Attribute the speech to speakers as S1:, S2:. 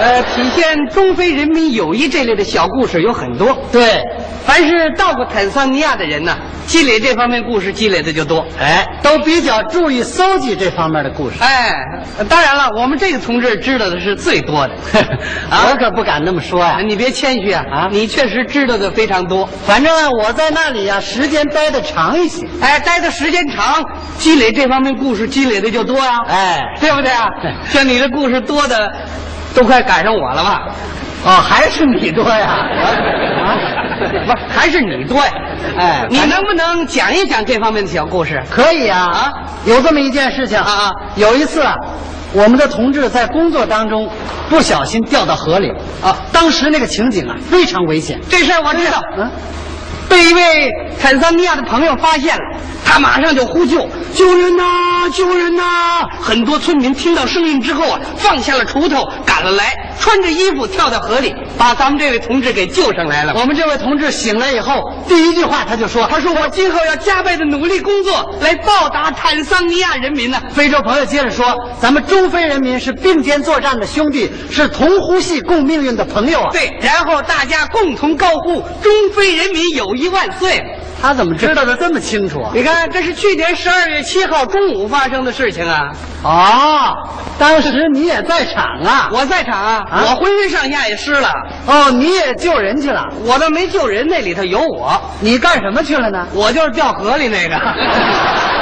S1: 呃，体现中非人民友谊这类的小故事有很多。
S2: 对，
S1: 凡是到过坦桑尼亚的人呢，积累这方面故事积累的就多。
S2: 哎，都比较注意搜集这方面的故事。
S1: 哎，当然了，我们这个同志知道的是最多 的
S2: 啊
S1: 啊
S2: 我可不敢那么说呀、
S1: 你别谦虚啊，
S2: 啊
S1: 你确实知道的非常多。
S2: 反正啊我在那里呀、时间待得长一些。
S1: 哎，待的时间长，积累这方面故事积累的就多呀、啊。
S2: 哎，
S1: 对不对啊？像你的故事多的，都快赶上我了吧？
S2: 哦，还是你多呀？
S1: 不
S2: 啊，
S1: 是，还是你多呀？
S2: 哎
S1: 你
S2: 反正
S1: 能不能讲一讲这方面的小故事？
S2: 可以啊
S1: 啊
S2: 啊！有这么一件事情
S1: 啊啊
S2: 有一次啊，我们的同志在工作当中不小心掉到河里
S1: 啊
S2: 当时那个情景啊非常危险。
S1: 这事儿我知道，
S2: 嗯，
S1: 被一位坦桑尼亚的朋友发现了，他马上就呼救：“救人呐、救人呐、很多村民听到声音之后啊，放下了锄头赶了来，穿着衣服跳到河里，把咱们这位同志给救上来了。
S2: 我们这位同志醒来以后，第一句话他就说：“
S1: 他说：“我今后要加倍的努力工作，来报答坦桑尼亚人民呢、
S2: 非洲朋友接着说，咱们中非人民是并肩作战的兄弟，是同呼吸共命运的朋友啊。
S1: 对，然后大家共同高呼“中非人民友谊万岁
S2: 他怎么知道的这么清楚啊”。？
S1: 你看，这是去年十二月七号中午发生的事情啊！
S2: 哦，当时你也在场啊？
S1: 我在场啊，
S2: 啊
S1: 我浑身上下也湿了，
S2: 哦，你也救人去了？
S1: 我倒没救人，那里头有我，
S2: 你干什么去了呢？
S1: 我就是掉河里那个。